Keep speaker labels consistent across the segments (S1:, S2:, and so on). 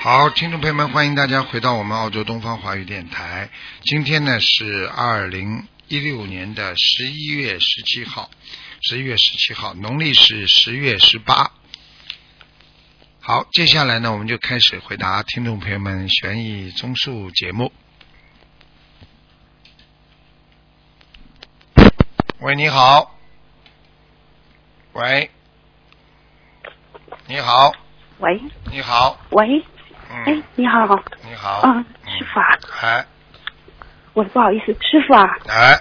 S1: 好，听众朋友们，欢迎大家回到我们澳洲东方华语电台。今天呢是二零一六年的十一月十七号，十一月十七号，农历是十月十八。好，接下来呢，我们就开始回答听众朋友们悬疑综述节目。喂，你好。喂，你好，
S2: 喂
S1: 你好，
S2: 喂，哎
S1: 嗯，，
S2: 你好，
S1: 你好，
S2: 嗯，
S1: 嗯
S2: 师傅啊，
S1: 哎
S2: 我不好意思，师傅啊，
S1: 哎，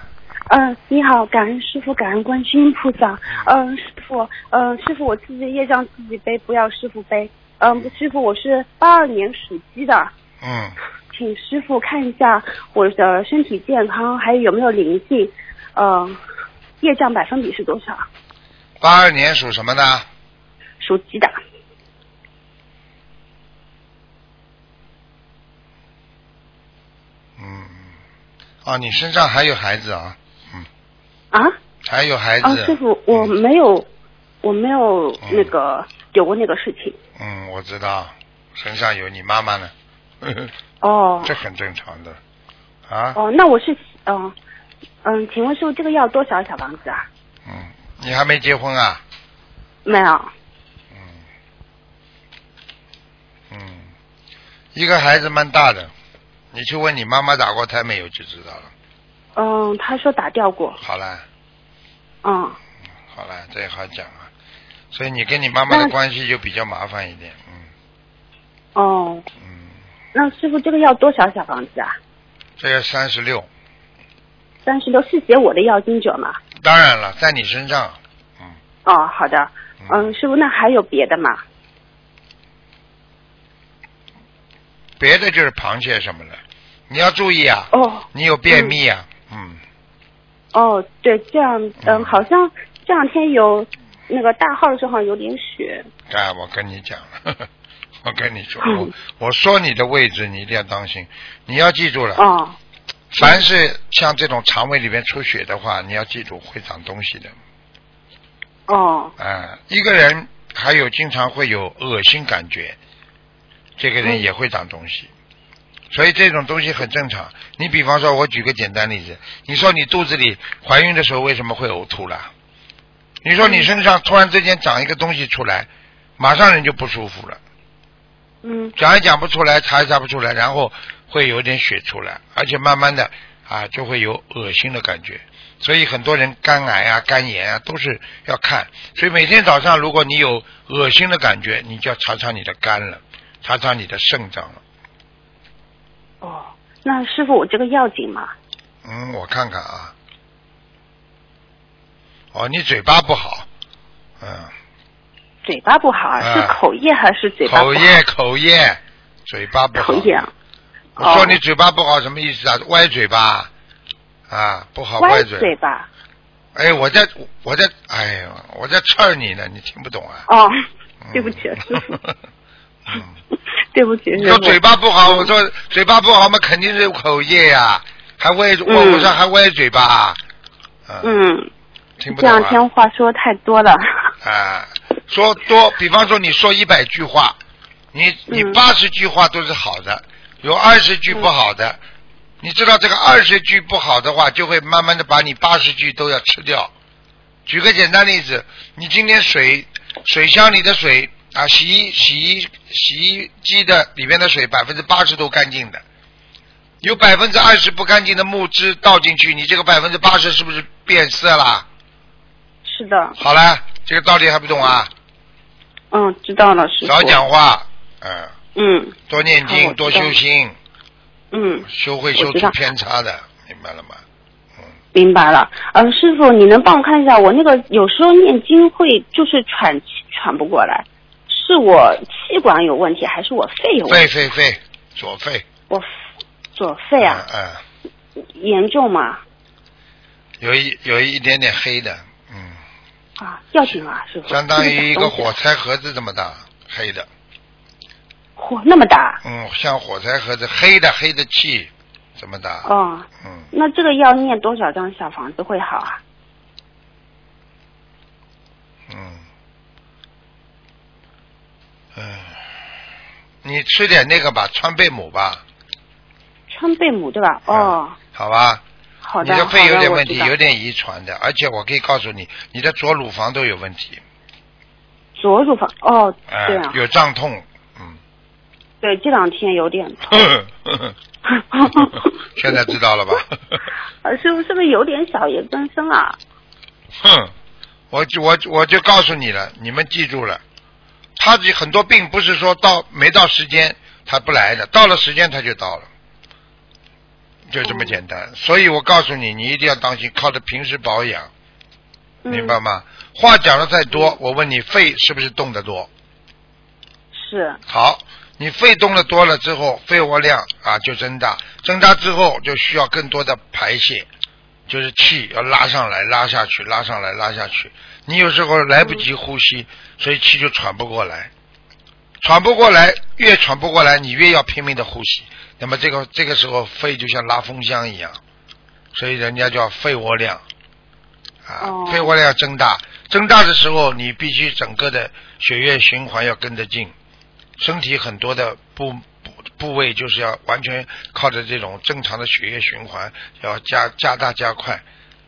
S2: 嗯，你好，感恩师傅，感恩观世音菩萨，嗯，师傅，嗯，师傅，我自己的业障自己背，不要师傅背，嗯，师傅，我是八二年属鸡的，
S1: 嗯，
S2: 请师傅看一下我的身体健康，还有有没有灵性，嗯，业障百分比是多少？
S1: 八二年属什么的？
S2: 属鸡的，
S1: 嗯，哦，你身上还有孩子啊？嗯，
S2: 啊，
S1: 还有孩
S2: 啊，
S1: 子。
S2: 师傅，我没有，我没有
S1: 嗯
S2: 那个有过那个事情，
S1: 嗯，我知道，身上有你妈妈呢，
S2: 哦，
S1: 这很正常的啊。
S2: 哦，那我是嗯嗯，请问师傅，这个要多少小房子啊？
S1: 嗯，你还没结婚啊？
S2: 没有，
S1: 嗯，嗯，一个孩子蛮大的，你去问你妈妈打过胎没有就知道了。
S2: 嗯，他说打掉过，
S1: 好啦，
S2: 嗯，
S1: 好啦，这也好讲啊。所以你跟你妈妈的
S2: 那
S1: 关系就比较麻烦一点，嗯
S2: 哦，
S1: 嗯，
S2: 那师傅这个要多少小房子啊？
S1: 这要三十六，
S2: 三十六是写我的要经者吗？
S1: 当然了，在你身上，嗯
S2: 哦，好的，嗯，，师傅，那还有别的吗？
S1: 别的就是螃蟹什么的，你要注意啊，
S2: 哦
S1: 你有便秘啊，嗯，
S2: 哦，对，这样，
S1: 嗯
S2: 嗯，好像这两天有那个大号的时候好像有点血，
S1: 哎，我跟你讲， 呵呵我跟你说，我
S2: 嗯
S1: 我说你的位置你一定要当心，你要记住了，
S2: 哦
S1: 凡是像这种肠胃里面出血的话，你要记住会长东西的，
S2: 哦
S1: 啊、一个人还有经常会有恶心感觉，这个人
S2: 嗯
S1: 也会长东西，所以这种东西很正常。你比方说，我举个简单例子，你说你肚子里怀孕的时候为什么会呕吐啦？你说你
S2: 嗯
S1: 身上突然之间长一个东西出来，马上人就不舒服了，
S2: 嗯
S1: 讲也讲不出来，查也查不出来，然后会有点血出来，而且慢慢的啊就会有恶心的感觉。所以很多人肝癌啊、肝炎啊都是要看。所以每天早上如果你有恶心的感觉，你就要查查你的肝了，查查你的肾脏了。
S2: 哦，那师傅我这个要紧吗？
S1: 嗯，我看看啊。哦，你嘴巴不好，嗯，
S2: 嘴巴不好啊，
S1: 啊
S2: 是口业还是嘴巴不好？
S1: 口业口业，嘴巴不好。
S2: 口业。啊。
S1: 我说你
S2: 哦
S1: 嘴巴不好什么意思啊？歪嘴巴啊，不好
S2: 歪
S1: 嘴。
S2: 嘴巴。
S1: 哎，我在，我在，哎呀，我在刺儿你呢，你听不懂啊？
S2: 哦，
S1: 嗯
S2: 对不 起，啊师傅，
S1: 嗯，
S2: 对不起，
S1: 你
S2: 师
S1: 说
S2: 傅。
S1: 嘴巴不好，我说嘴巴不好嘛，肯定是有口业呀、还歪，我
S2: 嗯
S1: 我说还歪嘴巴啊，嗯，
S2: 嗯，
S1: 听不
S2: 这
S1: 懂
S2: 两
S1: 啊
S2: 天话说太多了。
S1: 啊，说多，比方说你说一百句话，你你
S2: 嗯
S1: 八十句话都是好的，有二十句不好的，你知道这个二十句不好的话，就会慢慢的把你八十句都要吃掉。举个简单例子，你今天水水箱里的水啊，洗衣洗衣洗衣机的里面的水百分之八十都干净的，有百分之二十不干净的木汁倒进去，你这个百分之八十是不是变色啦？
S2: 是的，
S1: 好了，这个道理还不懂啊？
S2: 嗯，知道了，师傅。
S1: 少讲话，嗯，
S2: 嗯
S1: 多念
S2: 好
S1: 经，
S2: 我
S1: 多
S2: 知道
S1: 修心，
S2: 嗯，
S1: 修会修
S2: 我知
S1: 出
S2: 道
S1: 偏差的，明白了吗？嗯，
S2: 明白了。嗯，师傅，你能帮我看一下，我那个有时候念经会就是喘气喘不过来，是我气管有问题，还是我肺有问
S1: 肺
S2: 题？
S1: 肺肺，左肺。
S2: 我左肺啊，
S1: 嗯，嗯
S2: 严重吗？
S1: 有一有一点点黑的，嗯，
S2: 啊，要紧啊，师傅。
S1: 相当于一个火
S2: 这
S1: 柴盒子这么大，黑的，
S2: 小东西火那么大。
S1: 嗯，像火柴盒子黑的黑的气这么大，
S2: 哦，
S1: 嗯，
S2: 那这个要念多少张小房子会好啊？
S1: 嗯，嗯，呃你吃点那个吧，川贝母吧，
S2: 川贝母对
S1: 嗯
S2: 吧？哦，
S1: 好吧？
S2: 好
S1: 你
S2: 的，好
S1: 的肺有
S2: 的，
S1: 点
S2: 我
S1: 问
S2: 知
S1: 题，
S2: 道。
S1: 有点遗传的，而且我可以告诉你，你的左乳房都有问题，
S2: 左乳房哦，
S1: 哎、
S2: 对啊，
S1: 有胀痛，嗯，
S2: 对，这两天有点痛。
S1: 现在知道了吧？
S2: 呃，师傅是不是有点小叶增生啊？
S1: 哼，我就我我就告诉你了，你们记住了，他这很多病不是说到没到时间他不来的，到了时间他就到了，就
S2: 嗯
S1: 这么简单。所以我告诉你，你一定要当心，靠着平时保养，
S2: 嗯、
S1: 明白吗？话讲的再多，我问你，肺是不是动得多？
S2: 是，
S1: 好，你肺动的多了之后，肺活量啊就增大，增大之后就需要更多的排泄，就是气要拉上来、拉下去、拉上来、拉下去。你有时候来不及呼吸，所以气就喘不过来，喘不过来，越喘不过来，你越要拼命的呼吸。那么这个这个时候肺就像拉风箱一样，所以人家叫肺活量啊，
S2: 哦
S1: 肺活量要增大，增大的时候你必须整个的血液循环要跟得进，身体很多的部部部位就是要完全靠着这种正常的血液循环要加加大加快。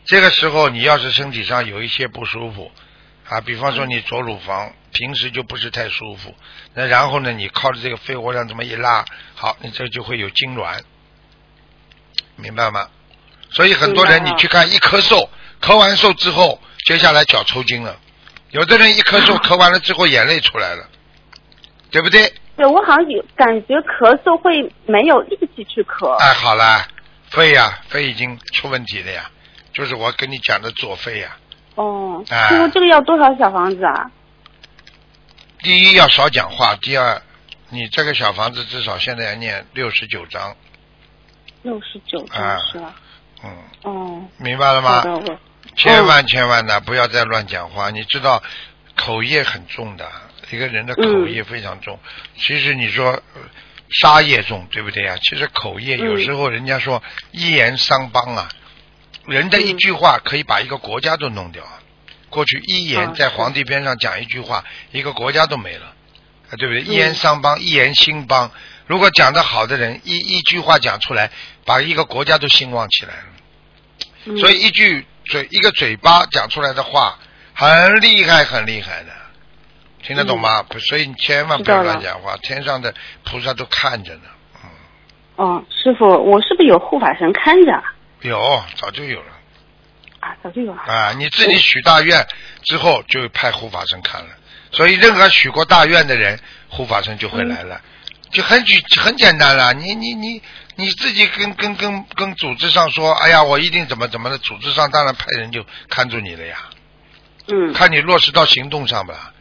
S1: 这个时候你要是身体上有一些不舒服啊，比方
S2: 嗯
S1: 说你左乳房平时就不是太舒服，那然后呢，你靠着这个肺活量这么一拉，好，你这就会有痉挛，明白吗？所以很多人
S2: 明
S1: 你
S2: 白了
S1: 去看一咳嗽，咳完嗽之后，接下来脚抽筋了，有的人一咳 嗽咳完了之后眼泪出来了，对不对？
S2: 对我好像有感觉咳嗽会没有力气去咳。
S1: 哎，好了，肺呀、肺已经出问题了呀，就是我跟你讲的左肺呀、
S2: 哦，
S1: 哎
S2: 师傅这个要多少小房子啊？
S1: 第一要少讲话，第二，你这个小房子至少现在要念六十九章，
S2: 六十九
S1: 哎
S2: 张是吧？
S1: 嗯，
S2: 哦，
S1: 明白了
S2: 好
S1: 吗？
S2: 的，我
S1: 千
S2: 哦
S1: 万千万的不要再乱讲话，你知道口业很重的，一个人的口业非常重。其实你说呃杀业重，对不对呀、其实口业
S2: 嗯
S1: 有时候人家说一言伤邦啊，人的一句话可以把一个国家都弄掉啊。过去一言
S2: 啊
S1: 在
S2: 是
S1: 皇帝边上讲一句话，一个国家都没了，啊对不对？
S2: 嗯
S1: 一言伤邦，一言兴邦。如果讲得好的人，一一句话讲出来，把一个国家都兴旺起来了。
S2: 嗯
S1: 所以一句嘴一个嘴巴讲出来的话很厉害很厉害的，听得懂吗？不，所以你千万不要
S2: 嗯知道了
S1: 乱讲话，天上的菩萨都看着呢。
S2: 哦，师傅，我是不是有护法神看着啊？
S1: 有，早就有了
S2: 啊，早就有了。
S1: 啊！你自己许大愿之后，就派护法神看了。所以，任何许过大愿的人，护法神就会来
S2: 嗯
S1: 了，就很举很简单了。你你你你自己跟跟跟跟组织上说，哎呀，我一定怎么怎么的，组织上当然派人就看住你了呀。
S2: 嗯，
S1: 看你落实到行动上吧，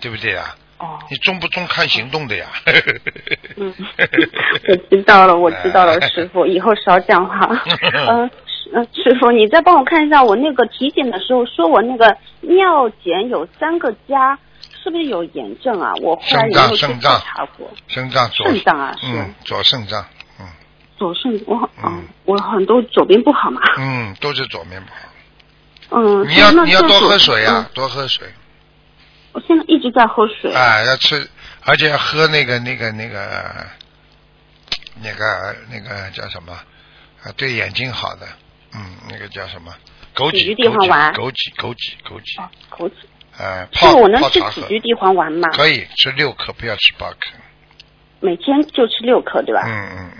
S1: 对不对呀？
S2: 哦，
S1: 你中不中看行动的呀？
S2: 嗯，我知道了，我知道了
S1: 哎，
S2: 师傅，以后少 讲话。嗯、师嗯，师傅，你再帮我看一下，我那个体检的时候说我那个尿检有三个加，是不是有炎症啊？我后来也没有去
S1: 肾脏肾脏
S2: 查过。
S1: 肾脏左
S2: 肾脏啊，是、
S1: 嗯，左肾脏，嗯
S2: 左肾，我
S1: 嗯
S2: 嗯，我很多左边不好 嘛。
S1: 嗯，都是左面不好。
S2: 嗯，
S1: 你要
S2: 那
S1: 你要
S2: 就
S1: 多
S2: 左
S1: 喝水呀
S2: 嗯，
S1: 多喝水，
S2: 我现在一直在喝水。
S1: 哎，要吃，而且要喝那个那个那个那个那个叫什么？啊，对眼睛好的，嗯，那个叫什么？枸
S2: 杞
S1: 杞
S2: 菊地黄丸，
S1: 枸杞，枸杞，枸杞
S2: 哦，口齿。
S1: 哎，
S2: 是
S1: 泡
S2: 我能
S1: 泡
S2: 吃
S1: 茶
S2: 杞
S1: 喝，
S2: 菊地黄丸吗？
S1: 可以吃六颗，不要吃八颗。
S2: 每天就吃六颗，对吧？
S1: 嗯嗯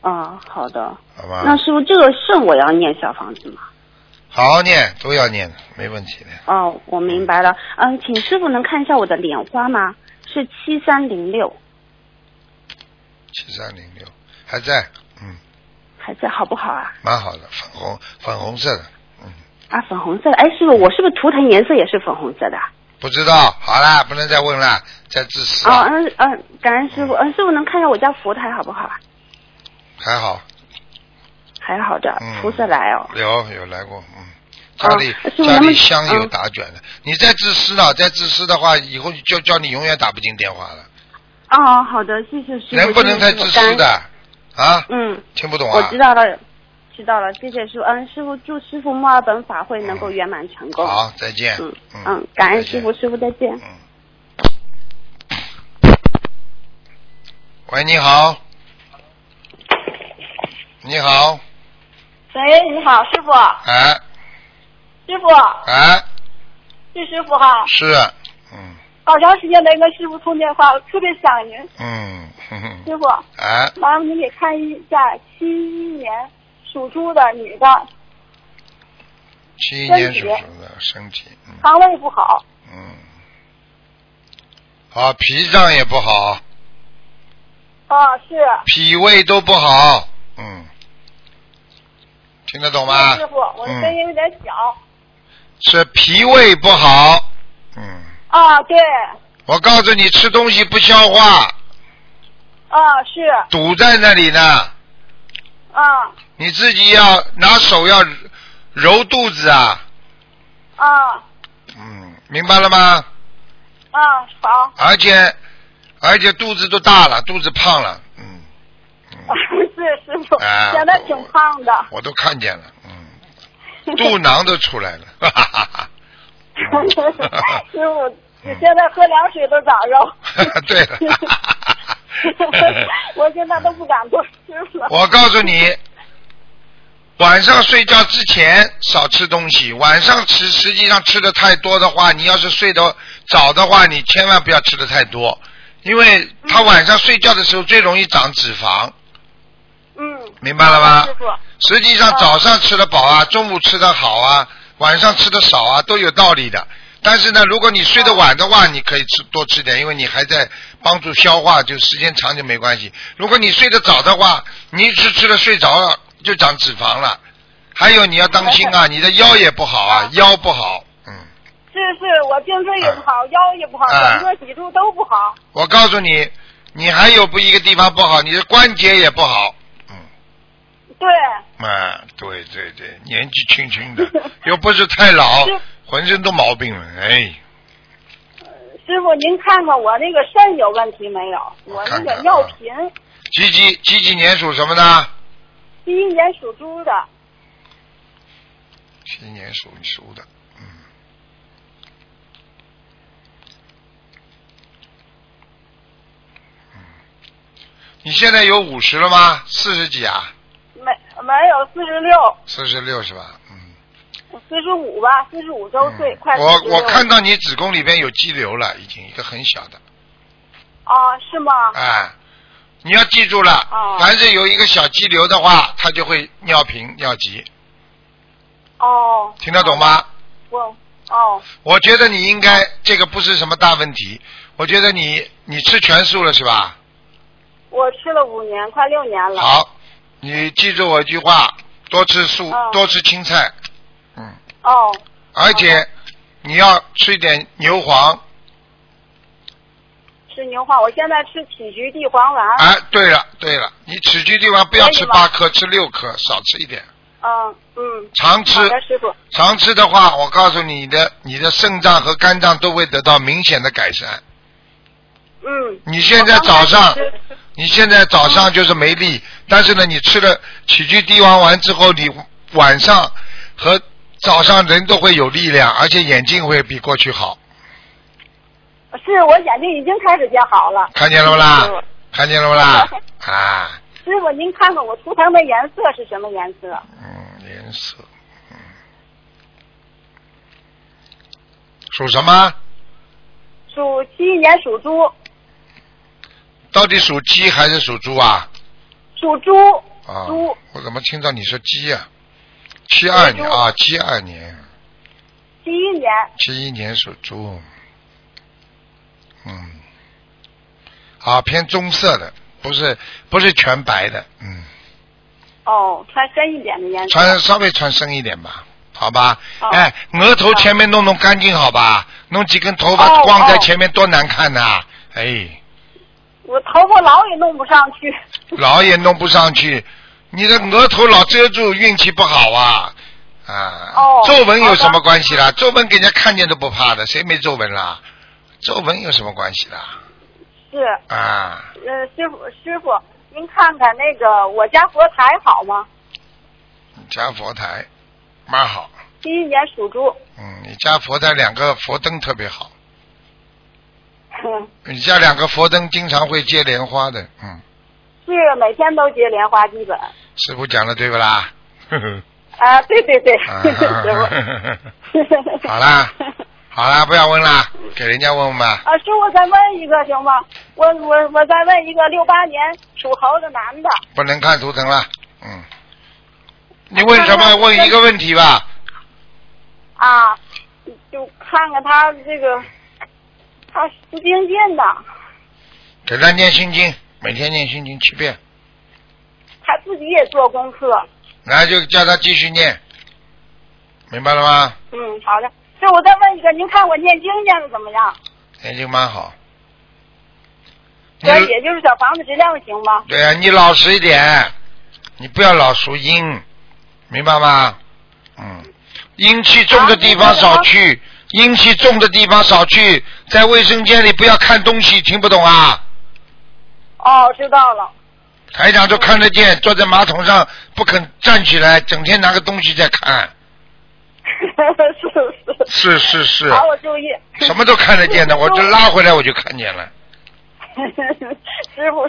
S1: 嗯，
S2: 啊，好的。
S1: 好
S2: 那
S1: 吧，
S2: 师傅，这个肾我要念小房子吗？
S1: 好好念，都要念，没问题的。
S2: 哦，我明白了。嗯，请师傅能看一下我的莲花吗？是七三零六，
S1: 七三零六还在，嗯，
S2: 还在好不好啊？
S1: 蛮好的，粉红粉红色的，嗯，
S2: 啊，粉红色的。哎，师傅，我是不是图腾颜色也是粉红色的啊？
S1: 不知道，好啦，不能再问啦，再自私啊
S2: 哦，
S1: 了，
S2: 嗯嗯，感恩师傅。嗯，师傅能看一下我家佛台好不好啊？
S1: 还好，
S2: 还好的
S1: 嗯，
S2: 菩萨来哦。
S1: 有有来过，嗯，家里、
S2: 哦师
S1: 家
S2: 傅能不
S1: 里
S2: 能
S1: 香油
S2: 嗯
S1: 打卷的，你再自私了，再自私的话，以后就叫你永远打不进电话了，
S2: 哦，好的，谢谢师傅。
S1: 人不能太
S2: 谢谢
S1: 自
S2: 师傅
S1: 私。的啊，
S2: 感恩嗯，
S1: 听不懂
S2: 我
S1: 啊
S2: 知？道了，知道了，谢谢师傅。嗯，师傅祝师傅墨尔本法会能够圆满成功。
S1: 好，再见，
S2: 嗯
S1: 嗯
S2: 嗯，感恩
S1: 再
S2: 师
S1: 见
S2: 傅，师傅再见。
S1: 嗯。喂，你好。你好，
S3: 喂，你好，师傅，
S1: 哎
S3: 师傅，
S1: 哎，
S3: 是师傅哈，
S1: 是，嗯
S3: 好长时间没跟师傅通电话，我特别想您，
S1: 嗯，哼哼，
S3: 师傅，
S1: 哎，
S3: 麻烦您给看一下七一年属猪的女的，
S1: 七一年属猪的身体，嗯
S3: 肠胃不好，
S1: 嗯，好，脾脏也不好，
S3: 啊，是，
S1: 脾胃都不好，嗯，听得懂吗？
S2: 嗯
S3: 师傅，我的声音有点小，
S1: 是脾胃不好，嗯，
S3: 啊，对，
S1: 我告诉你，吃东西不消化，
S3: 啊，是，
S1: 堵在那里呢，
S3: 啊，
S1: 你自己要拿手要揉肚子啊，
S3: 啊，
S1: 嗯，明白了吗？
S3: 啊，好，
S1: 而且而且肚子都大了，肚子胖了，嗯，
S3: 啊是师傅，
S1: 哎
S3: 显得挺胖的，
S1: 我都看见了，嗯，肚囊都出来了，哈哈哈哈。。
S3: 师傅，你现在喝凉水都长肉
S1: 对了
S3: 我现在都不敢多吃 了。
S1: 我告诉你，晚上睡觉之前少吃东西，晚上吃实际上吃的太多的话，你要是睡得早的话，你千万不要吃的太多，因为他晚上睡觉的时候最容易长脂肪，
S3: 嗯，
S1: 明白了吗
S3: 师？傅，
S1: 实际上早上吃的饱啊，中午吃的好啊，晚上吃的少啊，都有道理的。但是呢，如果你睡得晚的话，你可以吃多吃点，因为你还在帮助消化，就时间长就没关系。如果你睡得早的话，你一吃吃了睡着了就长脂肪了。还有你要当心啊，你的腰也不好啊
S3: 啊，
S1: 腰不好。嗯，
S3: 是是，我颈椎也不好，腰也不好，
S1: 哎
S3: 整个脊柱都不好。
S1: 我告诉你，你还有不一个地方不好，你的关节也不好。嗯。
S3: 对，
S1: 啊，对对对，年纪轻轻的，又不是 太老
S3: 是，
S1: 浑身都毛病了，哎，
S3: 师傅您看看我那个肾有问题没有？
S1: 我
S3: 我
S1: 看
S3: 那
S1: 看啊
S3: 个药频，
S1: 几几几几年属什么呢？
S3: 第一年属猪的，
S1: 几年属属的，嗯，嗯你现在有五十了吗？四十几啊？
S3: 没没有四十六，
S1: 四十六是吧？嗯，
S3: 四十五吧，四十五周岁，
S1: 嗯
S3: 快
S1: 我
S3: 46
S1: 我看到你子宫里边有肌瘤了，已经一个很小的。
S3: 啊，是吗？
S1: 哎，你要记住了，
S3: 哦
S1: 凡是有一个小肌瘤的话，它就会尿频尿急，
S3: 哦，
S1: 听得懂？吗？
S3: 我哦，
S1: 我觉得你应该这个不是什么大问题，我觉得你你吃全素了是吧？
S3: 我吃了五年，快六年了。
S1: 好，你记住我一句话，多吃素，
S3: 哦
S1: 多吃青菜，嗯，
S3: 哦，
S1: 而且你要吃一点牛黄。
S3: 吃牛黄，我现在吃杞菊地黄丸。
S1: 哎，对了对了，你杞菊地黄不要
S3: 啊可以
S1: 吃
S3: 吗
S1: 八颗，吃六颗，少吃一点，
S3: 嗯嗯。
S1: 常吃。
S3: 好的，师傅。
S1: 常吃的话，我告诉你你的，你的肾脏和肝脏都会得到明显的改善。
S3: 嗯。
S1: 你现在早
S3: 我刚
S1: 上
S3: 开，始吃
S1: 你现在早上就是没力，但是呢，你吃了杞菊地黄丸之后，你晚上和早上人都会有力量，而且眼睛会比过去好，
S3: 是我眼睛已经开始变好了。
S1: 看见了不
S3: 师
S1: 啦
S3: 傅？
S1: 看见了不啦？啊，
S3: 师傅，您看看我图腾的颜色是什么颜色？
S1: 嗯，颜色，嗯，属什么？
S3: 属七一年属猪，
S1: 到底属鸡还是属猪啊？
S3: 属猪，
S1: 啊
S3: 猪，
S1: 我怎么听到你说鸡呀、七二年
S3: 猪
S1: 啊，七二年，
S3: 七一年。
S1: 七一年属猪。嗯，啊，偏棕色的，不是不是全白的，嗯，
S3: 哦，穿深一点的颜色。
S1: 穿稍微穿深一点吧，好吧？
S3: 哦
S1: 哎，额头前面弄弄干净好吧？弄几根头发
S3: 哦
S1: 光在
S3: 哦
S1: 前面多难看呐、哎，
S3: 我头发老也弄不上去。
S1: 老也弄不上去，你的额头老遮住，运气不好啊啊！
S3: 哦
S1: 皱纹有什么关系啦？皱纹给人家看见都不怕的，谁没皱纹啦？皱纹有什么关系啦？
S3: 是，
S1: 啊，
S3: 呃，师傅，师傅，您看看那个我家佛台好吗？
S1: 你家佛台蛮好，
S3: 七一年属猪。
S1: 嗯，你家佛台两个佛灯特别好，
S3: 嗯嗯，
S1: 你家两个佛灯经常会结莲花的，嗯，
S3: 是每天都结莲花，基本。
S1: 师傅讲的对不 啦？ 呵呵
S3: 啊，对对对，
S1: 啊
S3: 师 傅。
S1: 好啦，好啦，不要问啦，给人家问问吧。
S3: 啊，师傅再问一个行吗？我我我再问一个，六八年属猴的男的，
S1: 不能看图腾了，嗯。你问什么？问一个问题吧。
S3: 啊，就看看他这个，他不精进的，
S1: 给他念心经，每天念心经七遍，
S3: 他自己也做功课。
S1: 然后就叫他继续念，明白了吗？
S3: 嗯，好的。这我再问一个，您看我念经念的怎么样？
S1: 念经蛮好。你
S3: 这也就是小房子质量行吗？
S1: 对呀、你老实一点，你不要老属阴，明白吗？嗯，阴气重的地方少去，阴气重的地方少去，在卫生间里不要看东西，听不懂啊？
S3: 哦，知道了。
S1: 台长都看得见，坐在马桶上不肯站起来，整天拿个东西在看，
S3: 是是。
S1: 是是是，
S3: 好，我注意。
S1: 什么都看得 见的，我这拉回来我就看见了。
S3: 师傅，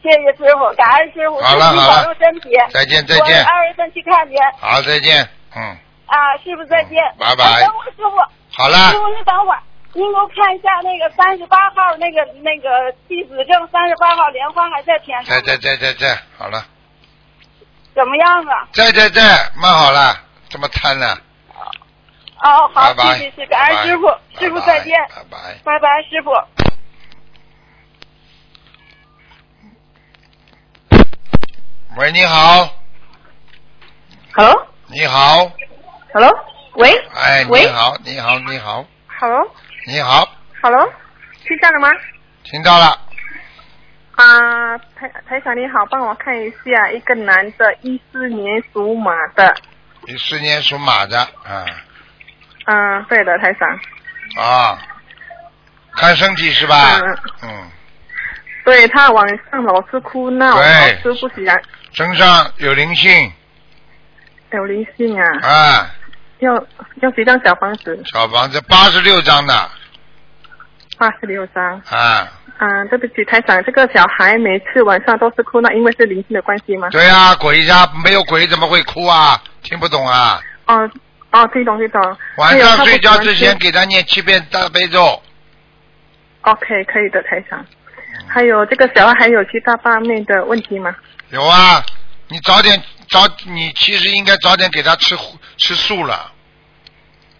S3: 谢谢师傅，感恩师傅，
S1: 好了
S3: 自己
S1: 好了
S3: 保重身体。
S1: 再见再见
S3: 我二月份去看您
S1: 好，再见，嗯，
S3: 啊，师傅再见。
S1: 拜拜
S3: 哎等会儿师傅，
S1: 好了
S3: 师，傅您等会儿，您给我看一下那个三十八号那个那个弟子证，三十八号莲花还在天上
S1: 在
S3: 吗，
S1: 在在在在，好了，
S3: 怎么样啊？
S1: 在在在，蛮好了，这么贪呢、
S3: 哦，
S1: 拜，
S3: 好
S1: 拜，
S3: 谢谢谢谢，感恩师傅
S1: 拜，拜
S3: 师傅再见，
S1: 拜拜。
S3: 拜拜，师傅。
S1: 喂，你好，
S4: Hello，Hello，
S1: 你好，
S4: 喂
S1: 哎，你
S4: 喂
S1: 好，你好，你好，
S4: ，Hello，Hello，
S1: 你好，
S4: 是这样的吗？
S1: 听到了，
S4: 啊，台台长你好，帮我看一下一个男的，一四年属马的，
S1: 一四年属马的，啊
S4: 嗯、对的，台长，
S1: 啊，看身体是吧
S4: 嗯？
S1: 嗯，
S4: 对他晚上老是哭闹，
S1: 对
S4: 老是不起来，
S1: 身上有灵性
S4: 有灵性啊，
S1: 啊，
S4: 要要几张小房子？
S1: 小房子八十六张的
S4: 八十六张。
S1: 啊，
S4: 嗯、对不起，台长，这个小孩每次晚上都是哭闹，因为是灵性的关系吗？
S1: 对啊，鬼呀，没有鬼怎么会哭啊？听不懂啊？
S4: 哦哦，听懂听懂。
S1: 晚
S4: 还有他
S1: 上
S4: 不
S1: 睡觉
S4: 喜欢
S1: 之
S4: 吃
S1: 前给他念七遍大悲咒，
S4: OK，可以的，台长。
S1: 嗯
S4: 还有这个小孩还有其他方面的问题吗？
S1: 有啊，你早点早，你其实应该早点给他吃吃素了，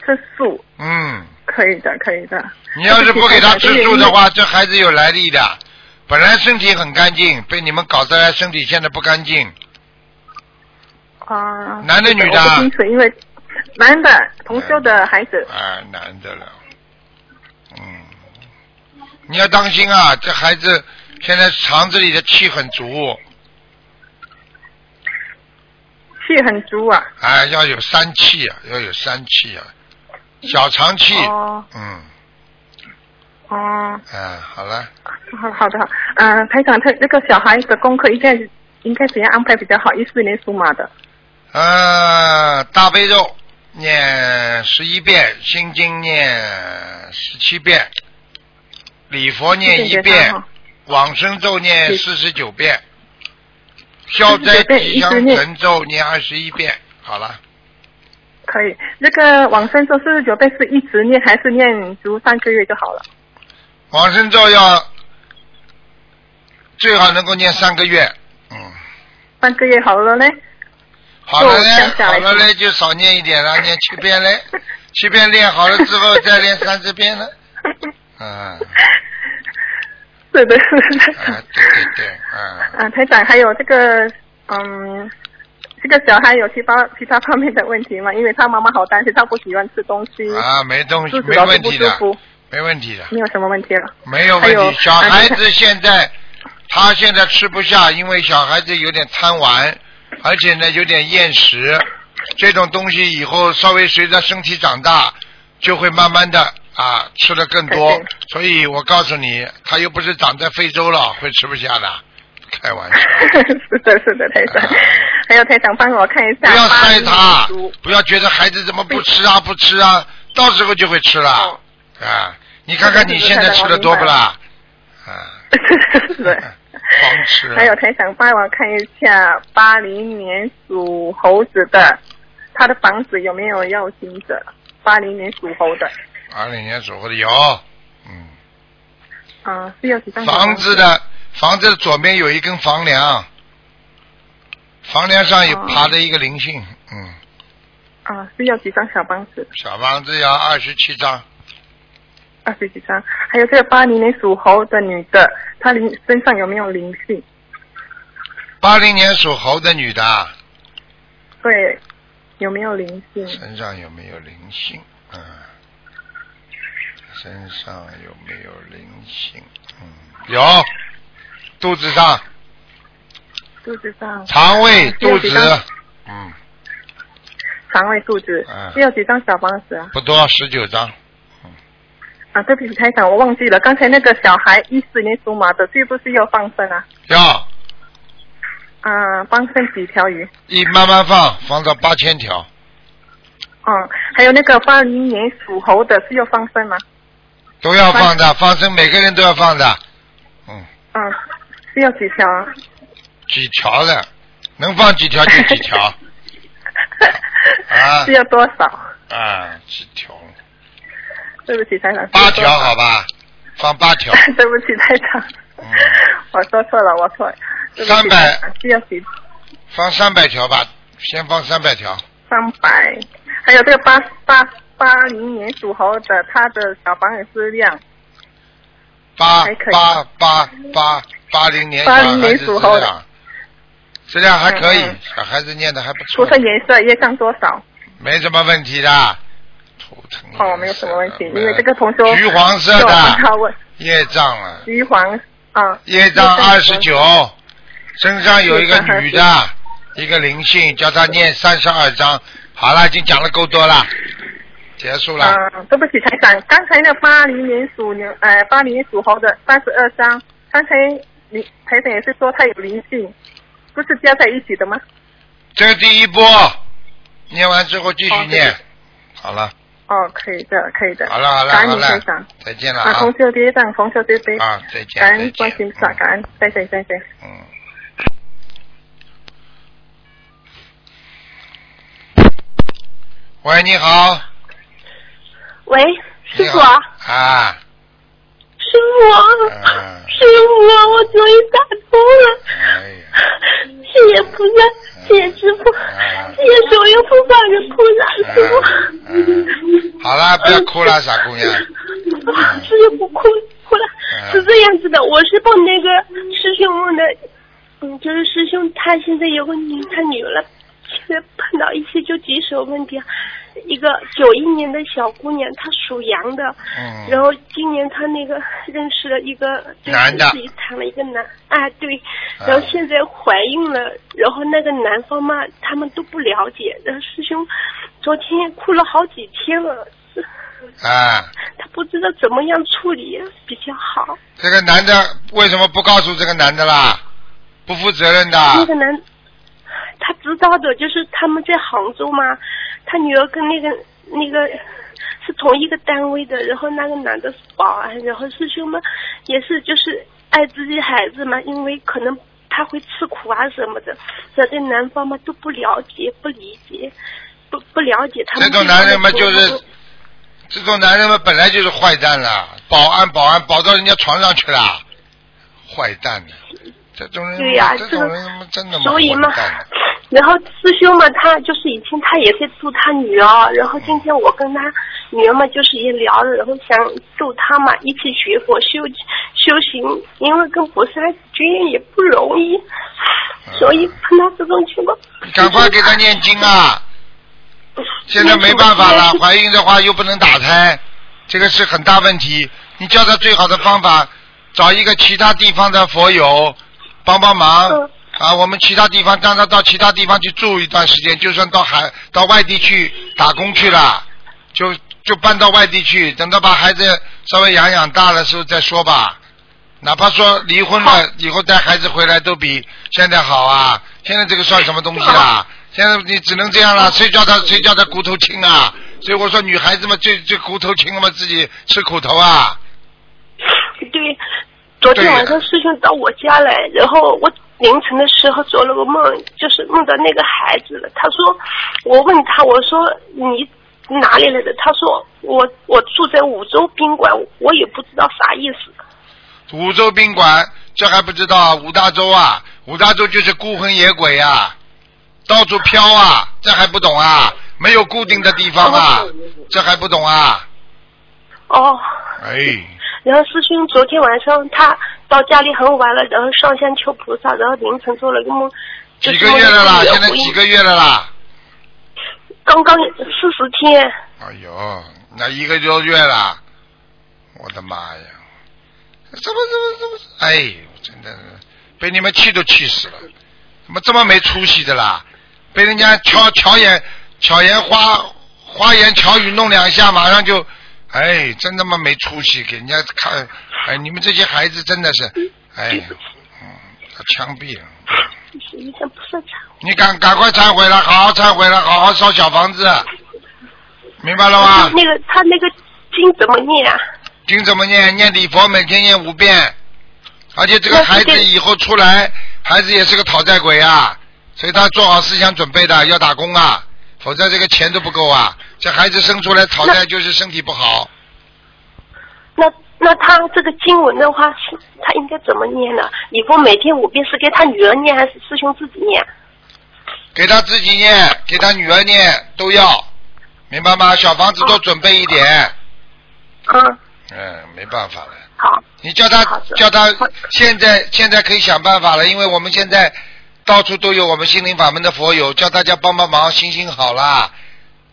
S4: 吃素
S1: 嗯。
S4: 可以的，可以的。
S1: 你要是不给他吃素的话，这孩子有来历的。本来身体很干净，被你们搞得来身体现在不干净。
S4: 啊，
S1: 男的女的
S4: 我不清楚，因为男的同修的孩子。
S1: 啊，男的了，嗯，你要当心啊！这孩子现在肠子里的气很足，
S4: 气很足啊。
S1: 啊，要有三气啊，要有三气啊，小肠气，
S4: 哦
S1: 嗯，
S4: 哦，
S1: 啊，好了，
S4: 好好的，好嗯、台长，他那个小孩的功课应该应该怎样安排比较好？一四年属马的，
S1: 呃，大悲咒念十一遍，心经念十七遍，礼佛念一
S4: 谢谢
S1: 遍
S4: 他哈，
S1: 往生咒念四十九遍，消
S4: 49
S1: 灾
S4: 遍
S1: 吉祥
S4: 一直念
S1: 神咒念二十一遍。好了，
S4: 可以。那个往生咒四十九遍是一直念还是念足三个月就好了？
S1: 往生咒要最好能够念三个月。嗯，
S4: 三个月好了呢？
S1: 啊好了
S4: 就
S1: 嘞
S4: 想，下
S1: 好
S4: 来
S1: 了
S4: 就
S1: 嘞，就少念一点了，念七遍 嘞，七遍练好了之后再练三十遍了。 嗯。
S4: 是的，是的。
S1: 啊，对对对，啊，
S4: 啊，台长，还有这个，嗯，这个小孩有其他其他方面的问题吗？因为他妈妈好担心，他不喜欢吃东西，
S1: 啊，没东西
S4: 肚，子
S1: 没
S4: 老是
S1: 问
S4: 不
S1: 题
S4: 舒
S1: 的，
S4: 服，
S1: 没问题的，
S4: 没有什么问题了。
S1: 没有
S4: 还
S1: 问
S4: 有
S1: 题。小孩
S4: 啊你
S1: 子现在，他现在吃不下，因为小孩子有点贪玩，而且呢有点厌食，这种东西以后稍微随着身体长大，就会慢慢的啊吃的更
S4: 改
S1: 多
S4: 变。
S1: 所以我告诉你，他又不是长在非洲了，会吃不下的，开玩笑。
S4: 是的，是的，台长
S1: 啊。
S4: 还有台 长，帮我看一
S1: 不
S4: 下。
S1: 要塞他
S4: 八零年，
S1: 不要觉得孩子怎么不吃啊不吃啊，到时候就会吃了
S4: 哦
S1: 啊！你看看你现在吃的多不啦？啊，
S4: 对。
S1: 狂吃啊了。
S4: 还有台长帮我看一下八零年属猴子的，他的房子有没有要行者？八零年属猴的，
S1: 二零年左右的有，嗯，
S4: 嗯、是要几张小
S1: 房子的房子的左边有一根房梁，房梁上有
S4: 哦
S1: 爬着一个灵性，嗯，
S4: 啊、是要几张小房子？
S1: 小房子要二十七张，
S4: 二十几张。还有这个八零年属猴的女的，她灵身上有没有灵性？
S1: 八零年属猴的女的啊
S4: 对，有没有灵性？
S1: 身上有没有灵性？嗯，身上有没有灵性？嗯，有，肚子上、
S4: 肚子上、
S1: 肠胃、
S4: 需要
S1: 肚
S4: 几
S1: 子
S4: 张，
S1: 嗯，
S4: 肠胃、肚子
S1: 嗯，
S4: 需要几张小房子啊？
S1: 不多，十九张。
S4: 啊，对不起，台长，我忘记了，刚才那个小孩一四年属马的，是不是要放生啊？
S1: 要
S4: 啊，放生几条鱼？
S1: 一慢慢放，放到八千条，
S4: 嗯，还有那个八零年属猴的是要放生吗？
S1: 都要放的，放生每个人都要放的，嗯，
S4: 嗯，是要几条啊？
S1: 几条的，能放几条就 几条啊
S4: 是要多少？
S1: 啊，几条，
S4: 对不起，台长。
S1: 八
S4: 是要多
S1: 条
S4: 少
S1: 好吧，放八条，
S4: 对不起，台长，
S1: 嗯
S4: 我说错了，我错了。对不起
S1: 三百
S4: 台长是要几
S1: 放三百条吧，先放三百条，
S4: 三百？还有这个八八八零年属猴的，他的小房也是量，
S1: 八
S4: 还可以
S1: 八八八八零年小
S4: 80
S1: 孩
S4: 年
S1: 子
S4: 属
S1: 质
S4: 猴的
S1: 量，质量还可以
S4: 嗯嗯，
S1: 小孩子念的还不
S4: 涂
S1: 错，
S4: 成颜色业障多少？
S1: 没什么问题的，图腾颜色的
S4: 哦，没有什么问题，因为这个同修
S1: 橘黄色
S4: 就
S1: 的
S4: 帮他问
S1: 业障了。
S4: 橘黄啊，
S1: 业障二
S4: 业
S1: 十
S4: 障
S1: 九，身上有一个女的，一个灵性，叫她念三十二章。好了，已经讲的够多了，结束了。
S4: 嗯，对不起，台长，刚才那八零年属牛，呃，八零年属猴的三十二张，刚才你台长也是说他有灵性，不是加在一起的吗？
S1: 这是第一波，念完之后继续念。好了，
S4: 哦，可以的，可以的。
S1: 好了，好了，
S4: 感
S1: 好
S4: 恩台
S1: 了
S4: 长。，
S1: 再见了
S4: 啊，
S1: 啊
S4: 红！袖跌宕，红袖跌杯。
S1: 啊，再见，嗯
S4: 感
S1: 再
S4: 恩关心啊
S1: 见。
S4: 萨，感恩，再见，再见。
S1: 嗯。嗯喂，你好，
S2: 喂，师
S1: 你
S2: 傅
S1: 好
S2: 啊，
S1: 啊，
S2: 师傅啊，
S1: 嗯
S2: 师傅啊，我终于打通了。
S1: 哎呀。
S2: 谢谢菩萨，谢谢师傅，
S1: 嗯
S2: 谢谢所有护法的菩萨，师
S1: 嗯
S2: 傅。
S1: 好啦，不要哭了，傻姑娘。
S2: 啊 师傅哭哭了，
S1: 嗯
S2: 是这样子的，我是帮那个师兄问的，嗯，就是师兄他现在有个女，他女儿了，现在碰到一些就棘手问题啊，一个九一年的小姑娘，她属羊的，
S1: 嗯
S2: 然后今年他那个认识了一个，就
S1: 男
S2: 是
S1: 的
S2: 自己谈了一个男啊，对，
S1: 啊
S2: 然后现在怀孕了，然后那个男方嘛，他们都不了解，然后师兄昨天也哭了好几天了，是
S1: 啊，
S2: 他不知道怎么样处理比较好。
S1: 这个男的为什么不告诉这个男的啦？不负责任的。
S2: 那个男，他知道的，就是他们在杭州嘛，他女儿跟那个那个是同一个单位的，然后那个男的是保安，然后师兄们也是就是爱自己孩子嘛，因为可能他会吃苦啊什么的，所以在男方嘛都不了解、不理解、不不了解他们
S1: 这种
S2: 对方的
S1: 男人嘛
S2: 苦
S1: 就是
S2: 不不
S1: 这种男人们本来就是坏蛋啦，保安保安保到人家床上去了，坏蛋呢？这种人，
S2: 对呀
S1: 这
S2: 这
S1: 种
S2: 个
S1: 人他妈真的蛮
S2: 所以嘛
S1: 混蛋的。，
S2: 然后师兄嘛，他就是以前他也在揍他女儿，然后今天我跟他女儿嘛，就是也聊了，然后想揍他嘛，一起学佛修修行，因为跟菩萨结缘也不容易，所以碰到这种情况，
S1: 你啊赶快给他念经啊！现在没办法了，怀孕的话又不能打胎，这个是很大问题。你叫他最好的方法，找一个其他地方的佛友帮帮忙、
S2: 嗯
S1: 啊。我们其他地方让他到其他地方去住一段时间，就算到海到外地去打工去了，就就搬到外地去，等到把孩子稍微养养大了时候再说吧。哪怕说离婚了以后带孩子回来都比现在好啊！现在这个算什么东西啊？现在你只能这样了，谁叫他谁叫他骨头轻啊？所以我说女孩子嘛，最最骨头轻了嘛，自己吃苦头啊！
S2: 对。
S5: 昨天
S1: 对
S5: 晚上师兄到我家来，然后我凌晨的时候做了个梦，就是梦到那个孩子了。他说，我问他，我说你哪里来的？他说我我住在五洲宾馆，我也不知道啥意思。
S1: 五洲宾馆，这还不知道啊？五大洲啊，五大洲就是孤魂野鬼啊，到处飘啊，这还不懂啊？没有固定的地方啊，这还不懂啊？
S5: 哦，
S1: 哎，
S5: 然后师兄昨天晚上他到家里很晚了，然后上香求菩萨，然后凌晨做了个梦。就
S1: 几
S5: 是
S1: 个月了啦
S5: 梦，见
S1: 现在
S5: 有
S1: 几个月了啦？
S5: 刚刚四十天。
S1: 哎呦，那一个多月了，我的妈呀！怎么怎么怎么？哎呦，真的是被你们气都气死了！怎么这么没出息的啦？被人家巧巧眼巧言花花言巧语弄两下，马上就哎，真他妈没出息！给人家看，哎，你们这些孩子真的是，哎，嗯，要枪毙了！
S5: 是一向不擅长。
S1: 你赶赶快忏悔了，好好忏悔了，好好烧小房子，明白了吗？
S5: 那个他那个经怎么念啊？
S1: 经怎么念？念礼佛，每天念五遍。而且这个孩
S5: 那
S1: 子
S5: 这个
S1: 以后出来，孩子也是个讨债鬼啊，所以他做好思想准备的，要打工啊，否则这个钱都不够啊。这孩子生出来讨债就是身体不好，
S5: 那那他这个经文的话，是他应该怎么念呢？以后每天五遍是给他女儿念还是师兄自己念？啊
S1: 给他自己念，给他女儿念都要，明白吗？小房子多准备一点。
S5: 嗯，
S1: 嗯，没办法了。
S5: 好，
S1: 你叫他
S5: 好的
S1: 叫他
S5: 好的
S1: 现在现在可以想办法了，因为我们现在到处都有我们心灵法门的佛友，叫大家帮帮忙，行行好啦，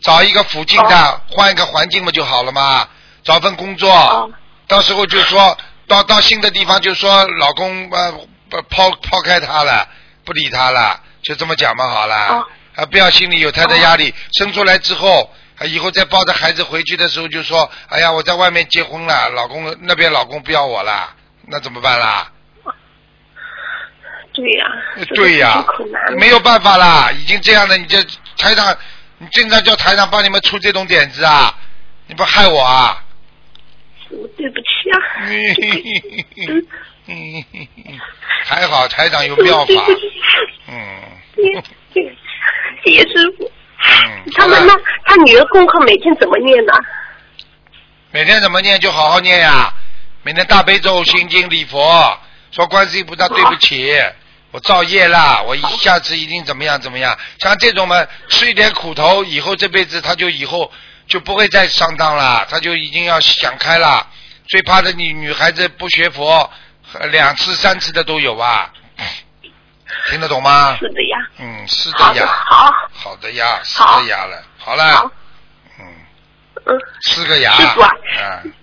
S1: 找一个附近的，
S5: 哦
S1: 换一个环境不就好了嘛？找份工作，
S5: 哦
S1: 到时候就说到到新的地方就说老公呃不抛抛开他了，不理他了，就这么讲嘛好了，
S5: 哦
S1: 啊不要心里有太大压力，生出来之后。啊以后再抱着孩子回去的时候就说：“哎呀，我在外面结婚了，老公那边老公不要我了，那怎么办啦？”
S5: 对呀、
S1: 呃
S5: 这个
S1: 对呀、
S5: 事情可难了。
S1: 没有办法啦，已经这样了，你这台长，你经常叫台长帮你们出这种点子啊，你不害我啊？
S5: 我对不起啊。
S1: 还好台长有
S5: 对
S1: 妙
S5: 不
S1: 法，
S5: 起
S1: 嗯
S5: 谢谢谢谢师傅。
S1: 嗯。
S5: 他们
S1: 好
S5: 那
S1: 了
S5: 他女儿功课每天怎么念呢？
S1: 每天怎么念就好好念呀、每天大悲咒、心经、礼佛，说观世音菩萨对不起，我造业啦，我一下次一定怎么样怎么样。像这种嘛，吃一点苦头，以后这辈子他就以后就不会再上当了，他就已经要想开了。最怕的女女孩子不学佛，呃两次三次的都有啊，听得懂吗？
S5: 是的呀。
S1: 嗯，是
S5: 好
S1: 的
S5: 的，
S1: 呀，
S5: 好，
S1: 好的呀，是
S5: 好
S1: 的呀了，好了
S5: 好，
S1: 嗯，
S5: 嗯。
S1: 四个牙，
S5: 师傅啊
S1: 嗯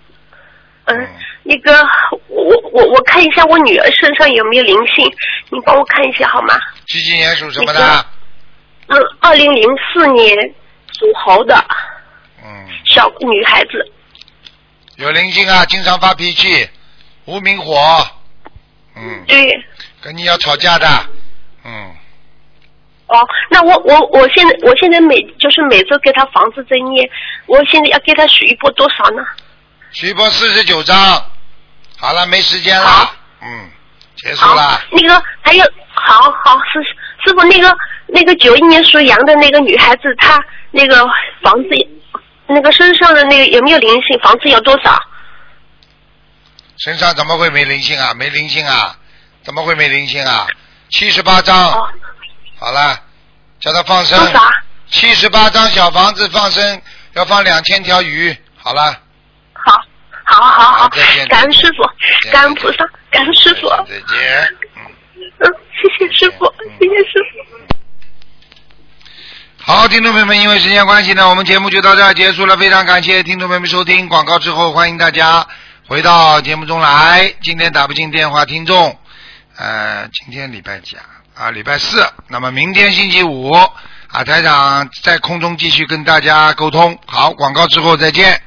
S5: 嗯，那个，我我我看一下我女儿身上有没有灵性，你帮我看一下好吗？
S1: 几几年属什么
S5: 那
S1: 的？啊
S5: 嗯，二零零四年属猴的
S1: 嗯，
S5: 小女孩子，
S1: 有灵性啊，经常发脾气，无名火，嗯，
S5: 对，
S1: 跟你要吵架的，嗯，
S5: 哦，那我我我现在我现在每就是每周给她房子在念，我现在要给她许一波多少呢？
S1: 徐波四十九章，好了，没时间了
S5: 好，
S1: 嗯，结束
S5: 好
S1: 了，，
S5: 啊那个还有，好好师师傅，那个那个九一年属羊的那个女孩子，她那个房子那个身上的那个有没有灵性？房子有多少？
S1: 身上怎么会没灵性啊？没灵性啊？怎么会没灵性啊？七十八章
S5: 哦，，
S1: 好了，叫他放
S5: 多
S1: 生，
S5: 少啊？
S1: 七十八章小房子放生，要放两千条鱼，好了，
S5: 好，好，好，
S1: 好
S5: 好
S1: 再见，
S5: 感恩师傅
S1: 再见，
S5: 感恩菩萨，感恩师傅，
S1: 再见，嗯。
S5: 嗯，谢谢师傅，谢谢师傅。
S1: 好，听众朋友们，因为时间关系呢，我们节目就到这儿结束了。非常感谢听众朋友们收听广告之后，欢迎大家回到节目中来。今天打不进电话，听众，呃，今天礼拜几啊？啊，礼拜四。那么明天星期五啊，台长在空中继续跟大家沟通。好，广告之后再见。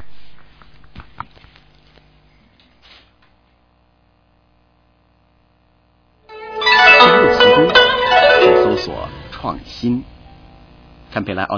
S6: 深入其中，搜索创新。堪培拉奥。